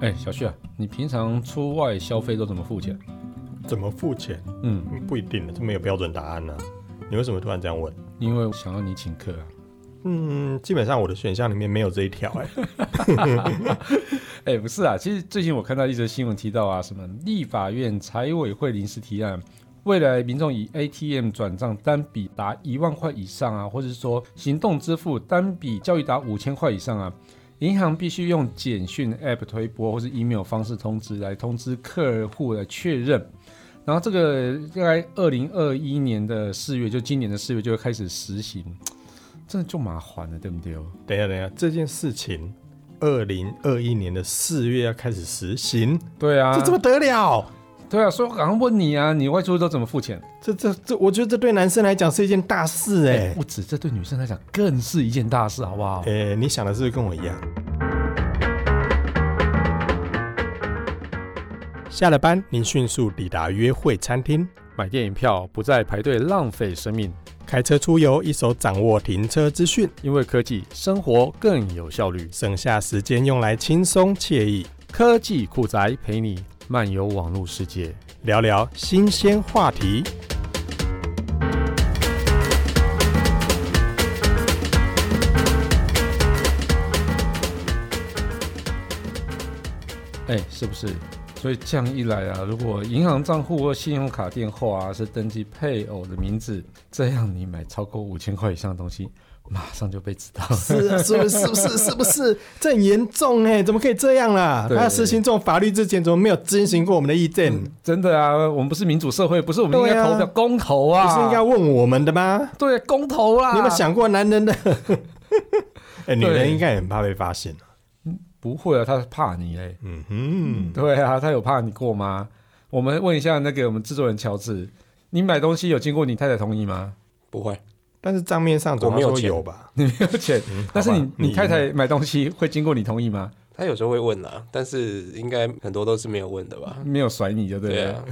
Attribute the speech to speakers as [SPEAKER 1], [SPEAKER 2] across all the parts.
[SPEAKER 1] 哎，小旭啊，你平常出外消费都怎么付钱？
[SPEAKER 2] 怎么付钱？
[SPEAKER 1] 嗯，
[SPEAKER 2] 嗯不一定的，这没有标准答案呢、你为什么突然这样问？
[SPEAKER 1] 因为我想要你请客啊。
[SPEAKER 2] 嗯，基本上我的选项里面没有这一条、哎，
[SPEAKER 1] 哎，不是啊，其实最近我看到一则新闻提到啊，什么立法院财委会临时提案，未来民众以 ATM 转账单笔达一万块以上啊，或者是说行动支付单笔交易达五千块以上啊，银行必须用简讯、App 推播或是 email 方式通知来通知客户来确认。然后这个大概二零二一年的四月，就今年的四月就会开始实行，真的就麻烦了，对不哦对？
[SPEAKER 2] 等一下，等一下，这件事情，二零二一年的四月要开始实行，
[SPEAKER 1] 对啊，
[SPEAKER 2] 这怎么得了？
[SPEAKER 1] 对啊，所以我刚刚问你啊，你外出都怎么付钱？
[SPEAKER 2] 这这这，我觉得这对男生来讲是一件大事、
[SPEAKER 1] 哎、
[SPEAKER 2] 哎、
[SPEAKER 1] 不止，这对女生来讲更是一件大事，好不好？
[SPEAKER 2] 哎、你想的是不是跟我一样？下了班，您迅速抵达约会餐厅，
[SPEAKER 1] 买电影票不再排队浪费生命，
[SPEAKER 2] 开车出游，一手掌握停车资讯，
[SPEAKER 1] 因为科技生活更有效率。
[SPEAKER 2] 省下时间用来轻松惬意
[SPEAKER 1] 科技酷宅陪你漫游网络世界。
[SPEAKER 2] 聊聊新鲜话 题。
[SPEAKER 1] 哎，是不是？所以这样一来啊，如果银行账户或信用卡电话啊是登记配偶的名字，这样你买超过五千块以上的东西，马上就被知道了。
[SPEAKER 2] 是啊是不是是不是是不是？这很严重哎，怎么可以这样啦？
[SPEAKER 1] 对
[SPEAKER 2] 他实行这种法律之前，怎么没有遵循过我们的意见？
[SPEAKER 1] 真的啊，我们不是民主社会，不是我们应该
[SPEAKER 2] 对啊
[SPEAKER 1] 投票、公投啊，
[SPEAKER 2] 不是应该问我们的吗？
[SPEAKER 1] 对公投啊？
[SPEAKER 2] 你有没有想过男人的？ 哎，女
[SPEAKER 1] 对
[SPEAKER 2] 人应该也很怕被发现啊
[SPEAKER 1] 不会啊，他怕你哎、
[SPEAKER 2] 嗯 哼，
[SPEAKER 1] 对啊，他有怕你过吗？我们问一下那个我们制作人乔治，你买东西有经过你太太同意吗？
[SPEAKER 3] 不会，
[SPEAKER 2] 但是账面上总要
[SPEAKER 3] 我没有
[SPEAKER 2] 说
[SPEAKER 3] 钱
[SPEAKER 2] 有吧？
[SPEAKER 1] 你没有钱，但是
[SPEAKER 2] 嗯好吧
[SPEAKER 1] 你你
[SPEAKER 2] 你
[SPEAKER 1] 太太买东西会经过你同意吗？
[SPEAKER 3] 他有时候会问啦，但是应该很多都是没有问的吧？
[SPEAKER 1] 没有甩你就对
[SPEAKER 3] 对
[SPEAKER 1] 了。
[SPEAKER 3] 啊，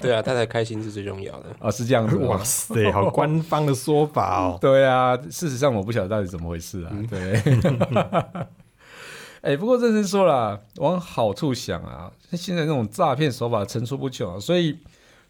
[SPEAKER 3] 对啊，他才开心是最重要的。
[SPEAKER 1] 啊，是这样子哦。。
[SPEAKER 2] 哇塞，好官方的说法 哦
[SPEAKER 1] 对啊，事实上我不晓得到底怎么回事啊。对， 哎、不过认真说啦，往好处想啊，现在那种诈骗手法层出不穷啊，所以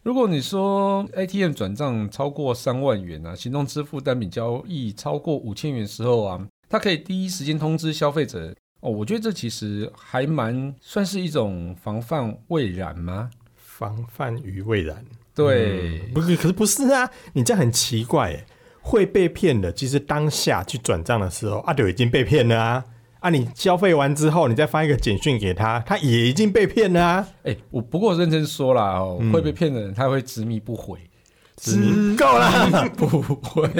[SPEAKER 1] 如果你说 ATM 转账超过三万元啊，行动支付单笔交易超过五千元时候啊，它可以第一时间通知消费者。哦，我觉得这其实还蛮算是一种防范未然吗？
[SPEAKER 2] 防范于未然。
[SPEAKER 1] 对，
[SPEAKER 2] 不是，可是不是啊？你这样很奇怪耶，会被骗的，其实当下去转账的时候，啊，就已经被骗了啊。啊，你消费完之后，你再发一个简讯给他，他也已经被骗了啊。
[SPEAKER 1] 哎、我不过认真说啦，哦，会被骗的人他会执迷不悔。
[SPEAKER 2] 嗯，够 了，
[SPEAKER 1] 不 会，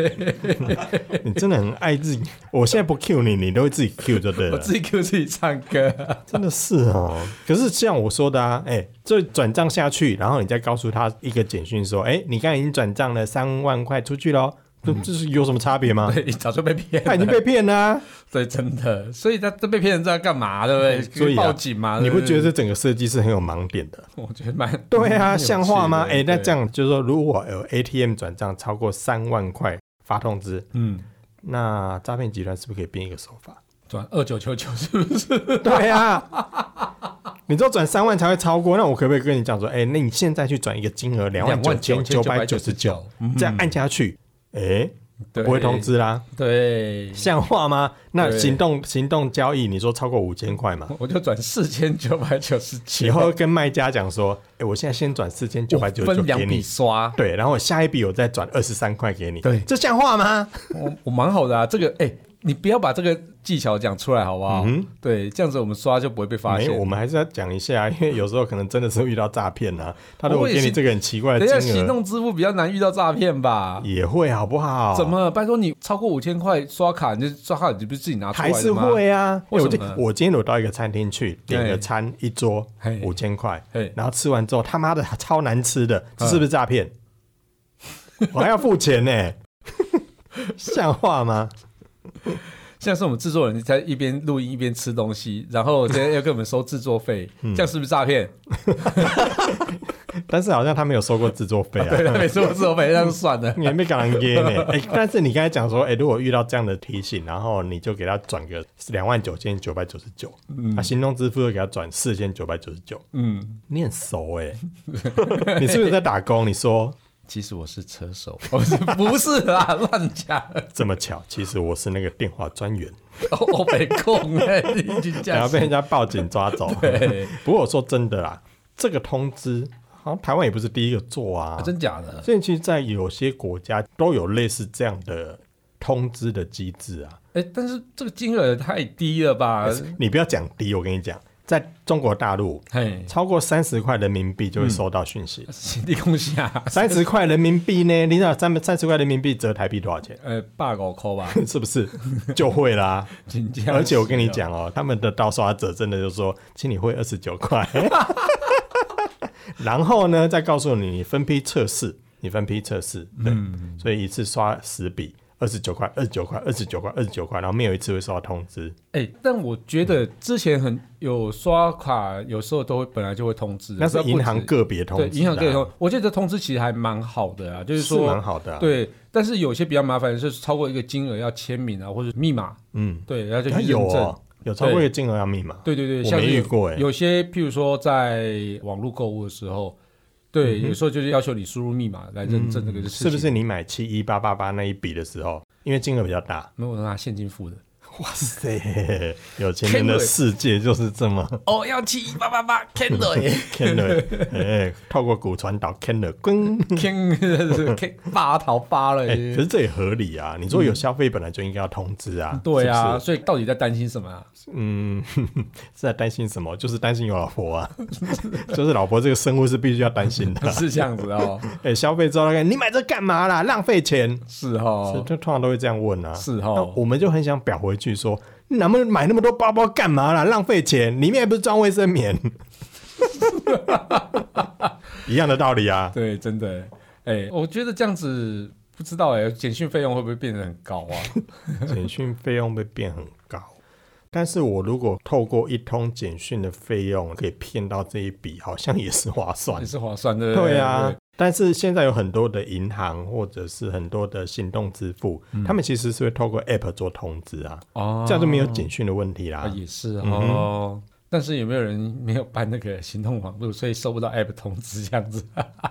[SPEAKER 2] 你真的很爱自己。我现在不 Q 你，你都会自己 Q 就对
[SPEAKER 1] 我
[SPEAKER 2] 了。
[SPEAKER 1] 自己 Q 自己唱歌。
[SPEAKER 2] 真的是哦。可是像我说的啊，哎、这转账下去，然后你再告诉他一个简讯说，哎、你刚才已经转账了三万块出去喽，这这是有什么差别 吗？
[SPEAKER 1] 对，早就被骗
[SPEAKER 2] 他已经被骗了啊、
[SPEAKER 1] 对，真的。所以他这被骗人知道干嘛，对不对？
[SPEAKER 2] 所以啊
[SPEAKER 1] 报警嘛，
[SPEAKER 2] 你
[SPEAKER 1] 对
[SPEAKER 2] 不
[SPEAKER 1] 对
[SPEAKER 2] 觉得这整个设计是很有盲点的？
[SPEAKER 1] 我觉得蛮
[SPEAKER 2] 对
[SPEAKER 1] 嗯蛮有
[SPEAKER 2] 啊，
[SPEAKER 1] 趣
[SPEAKER 2] 像话吗？
[SPEAKER 1] 的
[SPEAKER 2] 哎、那
[SPEAKER 1] 对
[SPEAKER 2] 这样就是说，如果有 ATM 转账超过三万块发通知，
[SPEAKER 1] 嗯，
[SPEAKER 2] 那诈骗集团是不是可以变一个手 法？
[SPEAKER 1] 转二九九九是不是？
[SPEAKER 2] 对啊，你只有转三万才会超过，那我可不可以跟你讲说，哎、那你现在去转一个金额两万千九百九十九，
[SPEAKER 1] 嗯
[SPEAKER 2] 这样按下去，哎、
[SPEAKER 1] 对
[SPEAKER 2] 不会通。知啦，
[SPEAKER 1] 对，
[SPEAKER 2] 像话吗？那
[SPEAKER 1] 对
[SPEAKER 2] 行动行动交易，你说超过五千 块嘛？
[SPEAKER 1] 我就转四千九百九十
[SPEAKER 2] 以
[SPEAKER 1] 九，
[SPEAKER 2] 后跟卖家讲说，哎、我现在先转四千九百九
[SPEAKER 1] 我
[SPEAKER 2] 十九
[SPEAKER 1] 分两
[SPEAKER 2] 给
[SPEAKER 1] 笔
[SPEAKER 2] 你，
[SPEAKER 1] 刷。
[SPEAKER 2] 对，然后我下一笔我再转二十三块给你，
[SPEAKER 1] 对
[SPEAKER 2] 这像话吗？
[SPEAKER 1] 我我蛮好的啊，这个哎，你不要把这个技巧讲出来好不好？对，这样子我们刷就不会被发
[SPEAKER 2] 嗯没
[SPEAKER 1] 现
[SPEAKER 2] 有，。我们还是要讲一下，因为有时候可能真的是会遇到诈骗啊，他如
[SPEAKER 1] 我
[SPEAKER 2] 果
[SPEAKER 1] 也是
[SPEAKER 2] 给你这个很奇怪
[SPEAKER 1] 等
[SPEAKER 2] 的
[SPEAKER 1] 一下，
[SPEAKER 2] 金
[SPEAKER 1] 行
[SPEAKER 2] 额，
[SPEAKER 1] 动支付比较难遇到诈骗吧？
[SPEAKER 2] 也会好不好？
[SPEAKER 1] 怎么？拜托你超过五千块刷卡，你就刷卡，你不是自己拿出来
[SPEAKER 2] 还
[SPEAKER 1] 的吗？
[SPEAKER 2] 是会啊？
[SPEAKER 1] 为什
[SPEAKER 2] 我今
[SPEAKER 1] 么呢
[SPEAKER 2] 我今天我到一个餐厅去点
[SPEAKER 1] 对
[SPEAKER 2] 个餐，一桌
[SPEAKER 1] 嘿
[SPEAKER 2] 五千块
[SPEAKER 1] 嘿，
[SPEAKER 2] 然后吃完之后他妈的超难吃的，
[SPEAKER 1] 嗯
[SPEAKER 2] 这是不是诈骗？我还要付钱呢， 像话吗？
[SPEAKER 1] 像是我们制作人在一边录音一边
[SPEAKER 2] 嗯
[SPEAKER 1] 吃东西，然后今天要跟我们收制作费，这样是不是诈骗？
[SPEAKER 2] 但是好像他没有收过制作费啊。
[SPEAKER 1] 对，他每次我自我赔，那就算了。
[SPEAKER 2] 你还没敢给 呢，哎、但是你刚才讲说，哎、如果遇到这样的提醒，然后你就给他转个两万九千九百九十九，那行动支付又给他转四千九百九十九，
[SPEAKER 1] 嗯，
[SPEAKER 2] 你很熟 哎、你是不是在打工？你说
[SPEAKER 1] 其实我是车手， 我是不是啦？乱讲，
[SPEAKER 2] 这么巧，其实我是那个电话专 员，
[SPEAKER 1] 我我没空哎，你已经这
[SPEAKER 2] 然
[SPEAKER 1] 样
[SPEAKER 2] 后被
[SPEAKER 1] 子
[SPEAKER 2] 人家报警抓走。啊
[SPEAKER 1] 对
[SPEAKER 2] 不过我说真的啦，这个通知好像台湾也不是第一个做啊，
[SPEAKER 1] 啊真假的？
[SPEAKER 2] 所以其实，在有些国家都有类似这样的通知的机制啊。
[SPEAKER 1] 哎，但是这个金额也太低了 吧？
[SPEAKER 2] 你不要讲低，我跟你讲，在中国大陆，
[SPEAKER 1] 嘿，
[SPEAKER 2] 超过三十块人民币就会收到讯息。
[SPEAKER 1] 心地恭喜啊！
[SPEAKER 2] 三十块人民币呢？你知道三三十块人民币折台币多少 钱？
[SPEAKER 1] 呃，八五扣吧，
[SPEAKER 2] 是不是 就 会啦？
[SPEAKER 1] 请假。
[SPEAKER 2] 而且我跟你，讲哦，他们的盗刷者真的就说，请你汇二十九 块，然后呢，再告诉你你分批测试，你分批测试，对，
[SPEAKER 1] 嗯
[SPEAKER 2] 所以一次刷十笔，二十九块，二十九块，二十九块，二十九块，然后没有一次会收到通知，
[SPEAKER 1] 哎，但我觉得之前很有刷卡，有时候都会本来就会通知，
[SPEAKER 2] 那是
[SPEAKER 1] 不知
[SPEAKER 2] 银行个别通知、
[SPEAKER 1] 对
[SPEAKER 2] 啊，
[SPEAKER 1] 银行个通，我觉得通知其实还蛮好的啊，就是
[SPEAKER 2] 是
[SPEAKER 1] 说
[SPEAKER 2] 蛮好的、啊，，
[SPEAKER 1] 对，但是有些比较麻烦的是超过一个金额要签名啊，或者密码，
[SPEAKER 2] 嗯，
[SPEAKER 1] 对，然后就
[SPEAKER 2] 它
[SPEAKER 1] 去验
[SPEAKER 2] 有
[SPEAKER 1] 证。
[SPEAKER 2] 哦，有超过一个金额要密码，
[SPEAKER 1] 对对对，
[SPEAKER 2] 我
[SPEAKER 1] 像
[SPEAKER 2] 没
[SPEAKER 1] 是
[SPEAKER 2] 遇过哎、
[SPEAKER 1] 有些，譬如说在网络购物的时候，对，
[SPEAKER 2] 嗯
[SPEAKER 1] 有时候就是要求你输入密码来认证这个事情，
[SPEAKER 2] 是不是？你买七一八八八那一笔的时候，因为金额比较大，
[SPEAKER 1] 没有拿现金付的。
[SPEAKER 2] 哇塞， 有钱人的世界就是这么
[SPEAKER 1] 哦，要七一八八八 Kindle 耶
[SPEAKER 2] Kenner，哎、透过骨传导 Kenner，滚！
[SPEAKER 1] ，King King 八桃八了
[SPEAKER 2] 哎、
[SPEAKER 1] 耶
[SPEAKER 2] 可是这也合理啊！你说有消费本来就应该要通知啊，
[SPEAKER 1] 嗯对
[SPEAKER 2] 是
[SPEAKER 1] 啊，
[SPEAKER 2] 不是
[SPEAKER 1] 所以到底在担心什么啊？
[SPEAKER 2] 嗯，是在担心什么？就是担心有老婆啊， 就是老婆这个生物是必须要担 心的。
[SPEAKER 1] 是这样子哦，
[SPEAKER 2] 哎、消费之后，你买这干嘛啦？浪费钱。
[SPEAKER 1] 是
[SPEAKER 2] 这
[SPEAKER 1] 哦，
[SPEAKER 2] 就通常都会这样问啊。
[SPEAKER 1] 是
[SPEAKER 2] 那
[SPEAKER 1] 哦，
[SPEAKER 2] 我们就很想表回去说，你能不能买那么多包包干嘛啦？浪费钱，里面也不是装卫生棉， 一样的道理啊。
[SPEAKER 1] 对，真的，哎，我觉得这样子不知道哎，简讯费用会不会变得很高 啊？
[SPEAKER 2] 简讯费用被变很高，但是我如果透过一通简讯的费用可以骗到这一笔，好像也是划算
[SPEAKER 1] 也。是划算的，
[SPEAKER 2] 对啊，但是现在有很多的银行或者是很多的行动支付，他们其实是会透过 App 做通知嗯啊，哎
[SPEAKER 1] 哦，
[SPEAKER 2] 这样就没有简讯的问题啦。
[SPEAKER 1] 啊，也是哦。但是有没有人没有办那个行动网络，所以收不到 App 通知这样子？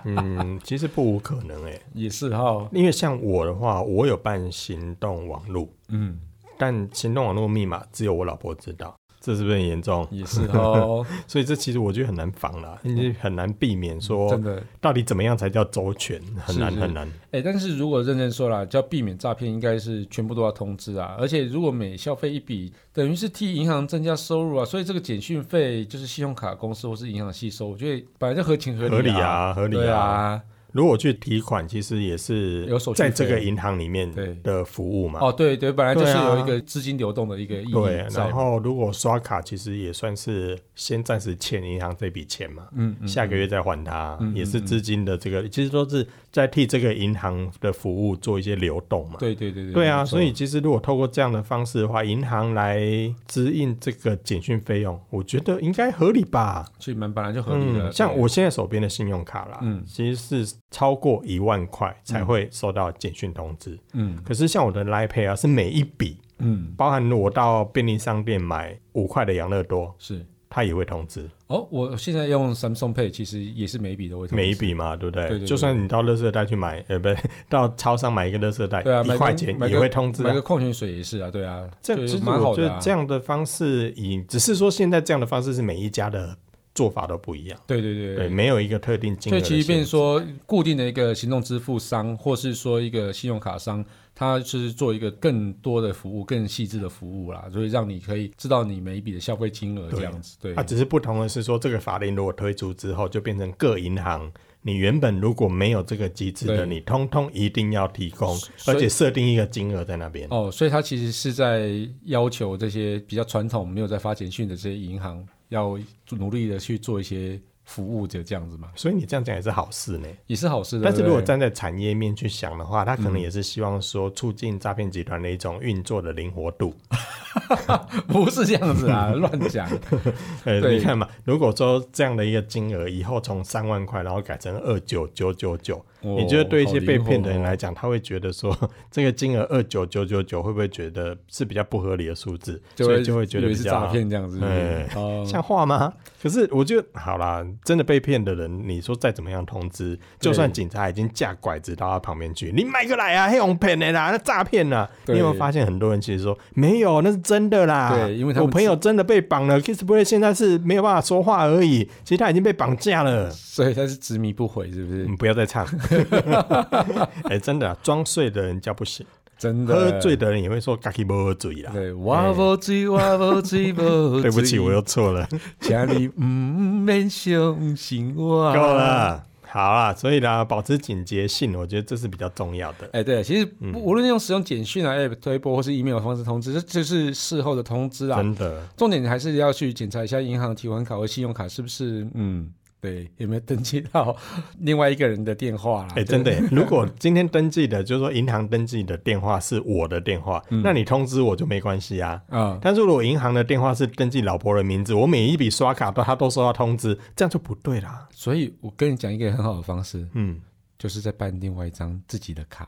[SPEAKER 2] 嗯，其实不无可能哎、
[SPEAKER 1] 也是哦哈，
[SPEAKER 2] 因为像我的话，我有办行动网络，
[SPEAKER 1] 嗯，
[SPEAKER 2] 但行动网络密码只有我老婆知道，这是不是很严重？
[SPEAKER 1] 也是 哦，
[SPEAKER 2] 所以这其实我觉得很难防啦，你很难避免
[SPEAKER 1] 嗯
[SPEAKER 2] 说
[SPEAKER 1] 真的。
[SPEAKER 2] 到底怎么样才叫周全，很难
[SPEAKER 1] 是
[SPEAKER 2] 很难。
[SPEAKER 1] 哎，但是如果认真说啦，就要避免诈骗，应该是全部都要通知啊。而且如果每消费一笔，等于是替银行增加收入啊，所以这个简讯费就是信用卡公司或是银行吸收，我觉得本来就合情合
[SPEAKER 2] 合
[SPEAKER 1] 理
[SPEAKER 2] 理啊合理啊
[SPEAKER 1] 对啊。
[SPEAKER 2] 如果去提款，其实也是
[SPEAKER 1] 有手续
[SPEAKER 2] 在
[SPEAKER 1] 费
[SPEAKER 2] 这个银行里面
[SPEAKER 1] 对
[SPEAKER 2] 的服务嘛。
[SPEAKER 1] 哦，对对，本来就是
[SPEAKER 2] 对啊
[SPEAKER 1] 有一个资金流动的一个意义
[SPEAKER 2] 对，
[SPEAKER 1] 在
[SPEAKER 2] 然后如果刷卡，其实也算是先暂时欠银行这笔钱嘛，
[SPEAKER 1] 嗯嗯，
[SPEAKER 2] 下个月再还它，
[SPEAKER 1] 嗯嗯
[SPEAKER 2] 也是资金的这个，其实都是在替这个银行的服务做一些流动嘛。
[SPEAKER 1] 对对对对
[SPEAKER 2] 对啊，
[SPEAKER 1] 没错
[SPEAKER 2] 所以其实如果透过这样的方式的话，银行来支应这个简讯费用，我觉得应该合理吧。
[SPEAKER 1] 所以本来就合理
[SPEAKER 2] 嗯，
[SPEAKER 1] 了。
[SPEAKER 2] 像
[SPEAKER 1] 对
[SPEAKER 2] 我现在手边的信用卡啦，
[SPEAKER 1] 嗯
[SPEAKER 2] 其实是超过一万块才会收到简讯通知。
[SPEAKER 1] 嗯
[SPEAKER 2] 可是像我的 Line Pay 啊，是每一笔，
[SPEAKER 1] 嗯，
[SPEAKER 2] 包含我到便利商店买五块的养乐多，
[SPEAKER 1] 是。
[SPEAKER 2] 它也会通知，
[SPEAKER 1] 哦，我现在用 Samsung Pay，其实也是每一笔都会通知
[SPEAKER 2] 每一。笔嘛，对不对？
[SPEAKER 1] 对对对
[SPEAKER 2] 就算你到垃圾袋去买，呃，不是到超商买一个垃圾袋，
[SPEAKER 1] 对啊，买个
[SPEAKER 2] 一块钱
[SPEAKER 1] 买个
[SPEAKER 2] 也会通知、
[SPEAKER 1] 买
[SPEAKER 2] 啊
[SPEAKER 1] 个。矿泉水也是啊，对啊，
[SPEAKER 2] 这样
[SPEAKER 1] 就
[SPEAKER 2] 其实
[SPEAKER 1] 蛮
[SPEAKER 2] 我
[SPEAKER 1] 好
[SPEAKER 2] 觉
[SPEAKER 1] 的、
[SPEAKER 2] 得
[SPEAKER 1] 啊。
[SPEAKER 2] 这样的方式以，只是说现在这样的方式是每一家的做法都不一样，
[SPEAKER 1] 对对对
[SPEAKER 2] 对，没有一个特定金
[SPEAKER 1] 所
[SPEAKER 2] 额的
[SPEAKER 1] 以
[SPEAKER 2] 限制。
[SPEAKER 1] 其实变成说，固定的一个行动支付商，或是说一个信用卡商，它就是做一个更多的服务、更细致的服务啦，所以让你可以知道你每一笔的消费金额
[SPEAKER 2] 对
[SPEAKER 1] 这样子。对，
[SPEAKER 2] 啊，只是不同的是说，这个法令如果推出之后，就变成各银行，你原本如果没有这个机制的，
[SPEAKER 1] 对
[SPEAKER 2] 你通通一定要提供，
[SPEAKER 1] 所
[SPEAKER 2] 而
[SPEAKER 1] 以
[SPEAKER 2] 且设定一个金额在那边。
[SPEAKER 1] 哦，所以它其实是在要求这些比较传统、没有在发简讯的这些银行，要努力的去做一些服务，就这样子嘛，
[SPEAKER 2] 所以你这样讲也是好事呢。
[SPEAKER 1] 也是好事的。嗯
[SPEAKER 2] 但是
[SPEAKER 1] 对不
[SPEAKER 2] 如果
[SPEAKER 1] 对
[SPEAKER 2] 站在产业面去想的话，他可能也是希望说促进诈骗集团的一种运作的灵活 度。
[SPEAKER 1] 不是这样子啊， 乱讲。
[SPEAKER 2] 呃，
[SPEAKER 1] 对
[SPEAKER 2] 你看嘛，如果说这样的一个金额以后从三万块，然后改成二九九九九，
[SPEAKER 1] 哦
[SPEAKER 2] 你觉得对一些被骗的
[SPEAKER 1] 好灵
[SPEAKER 2] 人
[SPEAKER 1] 活哦
[SPEAKER 2] 来讲，他会觉得说 这个金额二九九九九会不会觉得是比较不合理的数字，所以就会觉得
[SPEAKER 1] 以为
[SPEAKER 2] 比
[SPEAKER 1] 是
[SPEAKER 2] 较
[SPEAKER 1] 诈骗这样子。
[SPEAKER 2] 哎
[SPEAKER 1] 哦，
[SPEAKER 2] 像话吗？可是我觉得好啦，真的被骗的人，你说再怎么样通知，就算警察已经架拐子到他旁边去，你买个来啊，黑红骗的啦，那诈骗啦。
[SPEAKER 1] 对
[SPEAKER 2] 你有没有发现很多人其实说没有，那是真的啦。
[SPEAKER 1] 对因为他们
[SPEAKER 2] 我朋友真的被绑了，Kissplay 现在是没有办法说话而已，其实他已经被绑架了。嗯
[SPEAKER 1] 所以他是执迷不悔，是不是？
[SPEAKER 2] 你不要 再唱，哎、真的啊装、睡的人叫不醒，
[SPEAKER 1] 真的
[SPEAKER 2] 喝醉。的人也会说 g a k i 不醉啦。
[SPEAKER 1] 对，我无醉，我无醉，无醉。
[SPEAKER 2] 对不起，我又错了。
[SPEAKER 1] 请你唔免相信我。
[SPEAKER 2] 够。了，好啦，所以啦，保持警觉性，我觉得这是比较重要的。
[SPEAKER 1] 哎、对，其实
[SPEAKER 2] 嗯
[SPEAKER 1] 不无论用使用简讯啊、App 推播或是 email 的方式通知，这这是事后的通知啊。
[SPEAKER 2] 真的，
[SPEAKER 1] 重点还是要去检查一下银行的提款卡和信用卡是不是，嗯，对，有没有登记到 另外一个人的电话啦？
[SPEAKER 2] 哎、真的耶，如果今天登记的，就是说银行登记的电话是我的电话，
[SPEAKER 1] 嗯
[SPEAKER 2] 那你通知我就没关系啊。
[SPEAKER 1] 啊、
[SPEAKER 2] 但是如果银行的电话是登记老婆的名字，我每一笔刷卡都他都收到通知，这样就不对啦。
[SPEAKER 1] 所以我跟你讲一个很好的方式，
[SPEAKER 2] 嗯，
[SPEAKER 1] 就是在办另外一张自己的卡，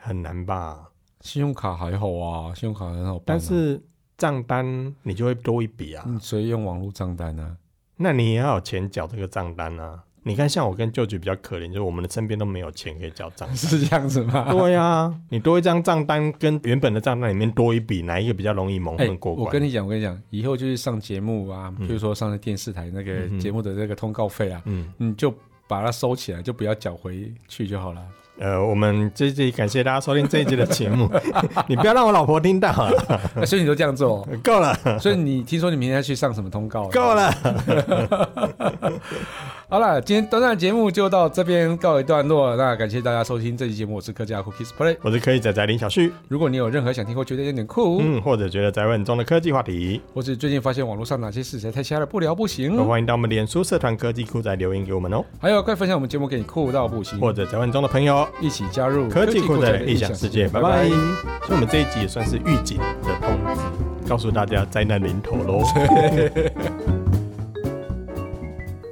[SPEAKER 2] 很难吧？
[SPEAKER 1] 信用卡还好啊，信用卡很好办、
[SPEAKER 2] 但
[SPEAKER 1] 啊，
[SPEAKER 2] 是账单你就会多一笔啊，
[SPEAKER 1] 嗯，所以用网络账单啊，
[SPEAKER 2] 那你也要有钱缴这个账单啊。你看，像我跟舅舅比较可怜，就是我们的身边都没有钱可以缴账 单。
[SPEAKER 1] 是这样子 吗？
[SPEAKER 2] 对啊呀、你多一张账单跟原本的账单里面多一笔，哪一个比较容易蒙
[SPEAKER 1] 哎、
[SPEAKER 2] 混过关？
[SPEAKER 1] 我跟你讲，我跟你讲，以后就是上节目啊，比如说上了电视台那个节目的那个通告费啊，
[SPEAKER 2] 嗯，
[SPEAKER 1] 你就把它收起来，就不要缴回去就好 了。
[SPEAKER 2] 呃，我们这一集感谢大家收听这一集的节目， 你不要让我老婆听到 啊，
[SPEAKER 1] 啊所以你都这样做哦、
[SPEAKER 2] 够了，
[SPEAKER 1] 所以你听说你明天要去上什么通告？
[SPEAKER 2] 够。了，
[SPEAKER 1] 好了，今天短短的节目就到这边告一段落。那感谢大家收听这期节目，我是客家酷 Kiss Play。
[SPEAKER 2] 我是科技仔仔林小旭，
[SPEAKER 1] 如果你有任何想听或觉得有点酷，
[SPEAKER 2] 嗯，或者觉得宅问中的科技话题，
[SPEAKER 1] 或是最近发现网络上哪些事实在太瞎了，不聊不行，
[SPEAKER 2] 都欢迎到我们脸书社团科技酷仔留言给我们哦，
[SPEAKER 1] 还有快分享我们节目给你酷到不行，
[SPEAKER 2] 或者宅问中的朋友，哦
[SPEAKER 1] 一起加入
[SPEAKER 2] 科技酷仔的异
[SPEAKER 1] 异
[SPEAKER 2] 想世界，拜拜。所以我们这一集也算是预警的通知，告诉大家灾难临头喽。